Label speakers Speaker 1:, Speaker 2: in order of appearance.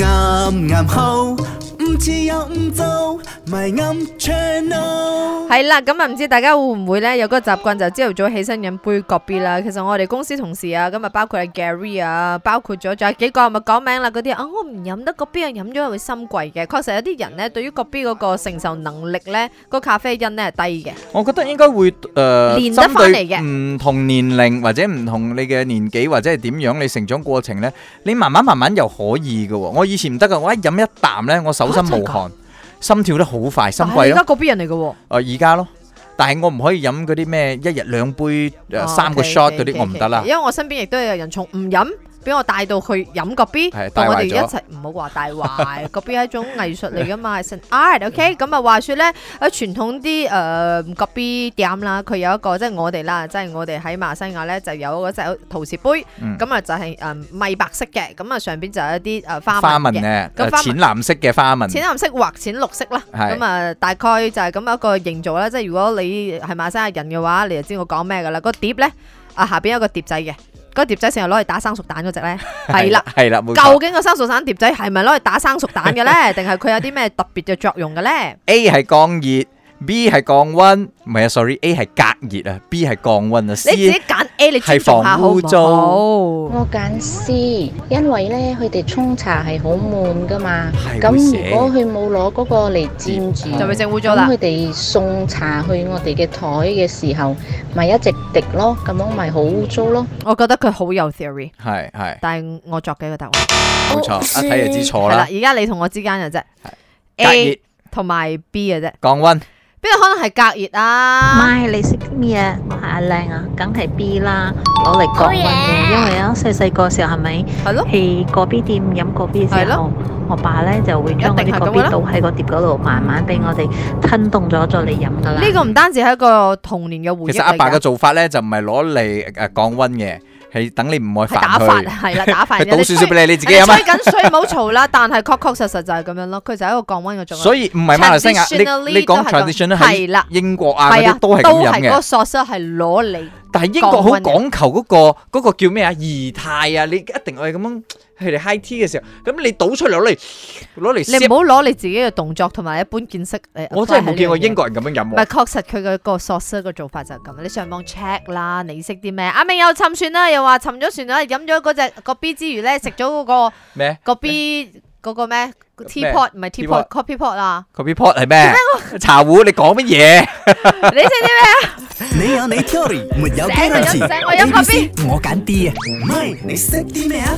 Speaker 1: 啱啱好，唔似又唔做，咪啱 channel。
Speaker 2: 系啦，咁啊唔知大家會唔會咧有嗰個習慣就朝頭早起身飲杯葛 B 啦。其實我哋公司同事啊，咁啊包括係 Gary 啊，包括咗仲有幾個咪講名啦嗰啲啊，我唔飲得葛 B 啊，飲咗會心悸嘅。確實有啲人咧對於葛 B 嗰個承受能力咧，個咖啡因咧係低嘅。
Speaker 3: 我覺得應該會誒、呃、
Speaker 2: 練得
Speaker 3: 針
Speaker 2: 返嚟
Speaker 3: 對
Speaker 2: 嘅
Speaker 3: 唔同年齡或者唔同你嘅年紀或者係點樣你成長過程呢，你慢慢慢慢又可以嘅喎。我以前唔得嘅，我一飲一啖呢，我手心無
Speaker 2: 啊
Speaker 3: 汗，心跳得好快，心
Speaker 2: 但
Speaker 3: 悸
Speaker 2: 係你而家
Speaker 3: 咯。
Speaker 2: 葛 B 人嚟嘅喎。
Speaker 3: 誒而家咯，但係我唔可以飲嗰啲咩一日兩杯誒、呃
Speaker 2: 哦
Speaker 3: 三個
Speaker 2: OK，
Speaker 3: shot 嗰
Speaker 2: OK，
Speaker 3: 啲，我唔
Speaker 2: OK，
Speaker 3: 得啦
Speaker 2: OK，。因為我身邊亦都有人從唔飲，俾我帶到去飲個 B，
Speaker 3: 係
Speaker 2: 同我哋
Speaker 3: 帶壞
Speaker 2: 一
Speaker 3: 咗
Speaker 2: 齊唔好話帶壞個 B 係一種藝術嚟噶嘛，係成
Speaker 3: 嗯
Speaker 2: art，OK？咁啊話說咧，喺傳統啲誒個 B 店啦，佢有一個即係我哋啦，即係我哋喺馬來西亞咧就有嗰隻陶瓷杯，
Speaker 3: 嗯
Speaker 2: 咁啊就係誒米白色嘅，咁啊上邊就有一啲誒花
Speaker 3: 花
Speaker 2: 紋
Speaker 3: 紋
Speaker 2: 嘅。
Speaker 3: 咧，
Speaker 2: 咁
Speaker 3: 誒
Speaker 2: 花紋
Speaker 3: 淺藍色嘅花紋
Speaker 2: 淺。藍色或淺綠色啦，
Speaker 3: 係
Speaker 2: 咁啊大概就係咁樣一個形狀啦。即係如果你係馬來西亞人嘅話，你就知我講咩噶啦。個碟咧啊下邊有個碟仔嘅，個碟仔成日攞嚟打生熟蛋嗰只咧，係啦。，
Speaker 3: 係啦，冇錯
Speaker 2: 究竟個生熟蛋碟仔係咪攞嚟打生熟蛋嘅咧？定係佢有啲咩特別嘅作用嘅咧？
Speaker 3: A 係降熱，B 係降温，唔係啊，sorry，A 係隔熱啊，B 係降温啊
Speaker 2: 你自
Speaker 3: ，C
Speaker 2: 己揀 A，你尊重下
Speaker 3: 係
Speaker 2: 好
Speaker 3: 防
Speaker 2: 唔
Speaker 3: 污糟
Speaker 2: 好？
Speaker 4: 我揀 C，因為咧佢哋沖茶係好悶噶嘛
Speaker 3: 係，
Speaker 4: 咁
Speaker 3: 會
Speaker 4: 如果
Speaker 3: 瀉
Speaker 4: 佢冇攞嗰個嚟沾住，
Speaker 2: 就咪整污糟啦
Speaker 4: 咁佢哋送茶去我哋嘅台嘅時候，咪一直滴咯，咁樣咪好污糟咯。
Speaker 2: 我覺得佢好有 theory，
Speaker 3: 係係
Speaker 2: 但係我作嘅一個答案
Speaker 3: 冇錯，一睇就知錯
Speaker 2: 係啦
Speaker 3: 啦。。
Speaker 2: 而家你同我之間嘅啫
Speaker 3: 隔熱
Speaker 2: ，A 同埋 B 嘅啫，
Speaker 3: 降温，
Speaker 2: 邊度可能係隔熱啊？
Speaker 5: 咪你識咩啊？我係阿靚啊，梗係 B 啦，攞嚟降温嘅，因為啊細細個時候係咪
Speaker 2: 係咯
Speaker 5: 去嗰邊店飲嗰邊
Speaker 2: 哦係
Speaker 5: 時
Speaker 2: 咯
Speaker 5: 候，我爸咧就會將我
Speaker 2: 一定
Speaker 5: 哋
Speaker 2: 係
Speaker 5: 嗰
Speaker 2: 咁㗎啦
Speaker 5: 邊倒喺個碟嗰度，慢慢俾我哋吞凍咗再嚟飲噶啦。
Speaker 2: 呢個唔單止係一個童年嘅回
Speaker 3: 其
Speaker 2: 憶
Speaker 3: 實阿
Speaker 2: 嚟
Speaker 3: 爸嘅
Speaker 2: 㗎，
Speaker 3: 做法咧就唔係攞嚟誒降温嘅，係等你唔愛
Speaker 2: 係打
Speaker 3: 煩
Speaker 2: 發
Speaker 3: 佢，
Speaker 2: 係啦，打發
Speaker 3: 佢
Speaker 2: 人哋
Speaker 3: 倒少少
Speaker 2: 吹
Speaker 3: 俾你，你自己
Speaker 2: 人
Speaker 3: 飲
Speaker 2: 哋
Speaker 3: 啊。
Speaker 2: 吹緊水，唔好嘈啦。但係確確實實就係咁樣咯，佢就係一個降温嘅作用。
Speaker 3: 所以唔係馬來西亞，你你講
Speaker 2: Traditionally
Speaker 3: tradition
Speaker 2: 都係咁
Speaker 3: 咧
Speaker 2: 係
Speaker 3: 喺
Speaker 2: 啦
Speaker 3: 英國啊嗰
Speaker 2: 係
Speaker 3: 啲都係
Speaker 2: 都係
Speaker 3: 咁飲
Speaker 2: 嗰個
Speaker 3: 嘅，
Speaker 2: 索沙係攞嚟，
Speaker 3: 但係英國
Speaker 2: 降
Speaker 3: 好
Speaker 2: 溫嘅
Speaker 3: 講求嗰個嗰個叫咩啊儀態啊，你一定係咁樣佢哋 high tea 嘅時候，咁你倒出嚟攞嚟攞嚟
Speaker 2: 你唔
Speaker 3: sip，
Speaker 2: 好攞你自己嘅動作同埋一般見識嚟。
Speaker 3: 我真係冇見過英
Speaker 2: 國。
Speaker 3: 國人咁樣飲
Speaker 2: 唔係，。
Speaker 3: 喎
Speaker 2: 確實佢嘅個索沙嘅做法就係咁。你上網 check 啦，你識啲咩？阿明又沉船啦，又話沉咗船啦，飲咗嗰只個 B 之餘咧，食咗嗰個
Speaker 3: 咩
Speaker 2: 個 B 嗰個咩 tea
Speaker 3: 咩
Speaker 2: pot 唔係 tea
Speaker 3: Teapot
Speaker 2: pot，coffee pot 啊！
Speaker 3: ？Coffee pot 係咩？茶壺你講乜嘢？
Speaker 2: 你識啲咩？啊
Speaker 1: 你有你 à, theory，沒有
Speaker 2: 醒我飲
Speaker 1: guarantee。
Speaker 2: 醒我飲個
Speaker 1: ABC 我揀 D 啊，唔係你識啲咩啊？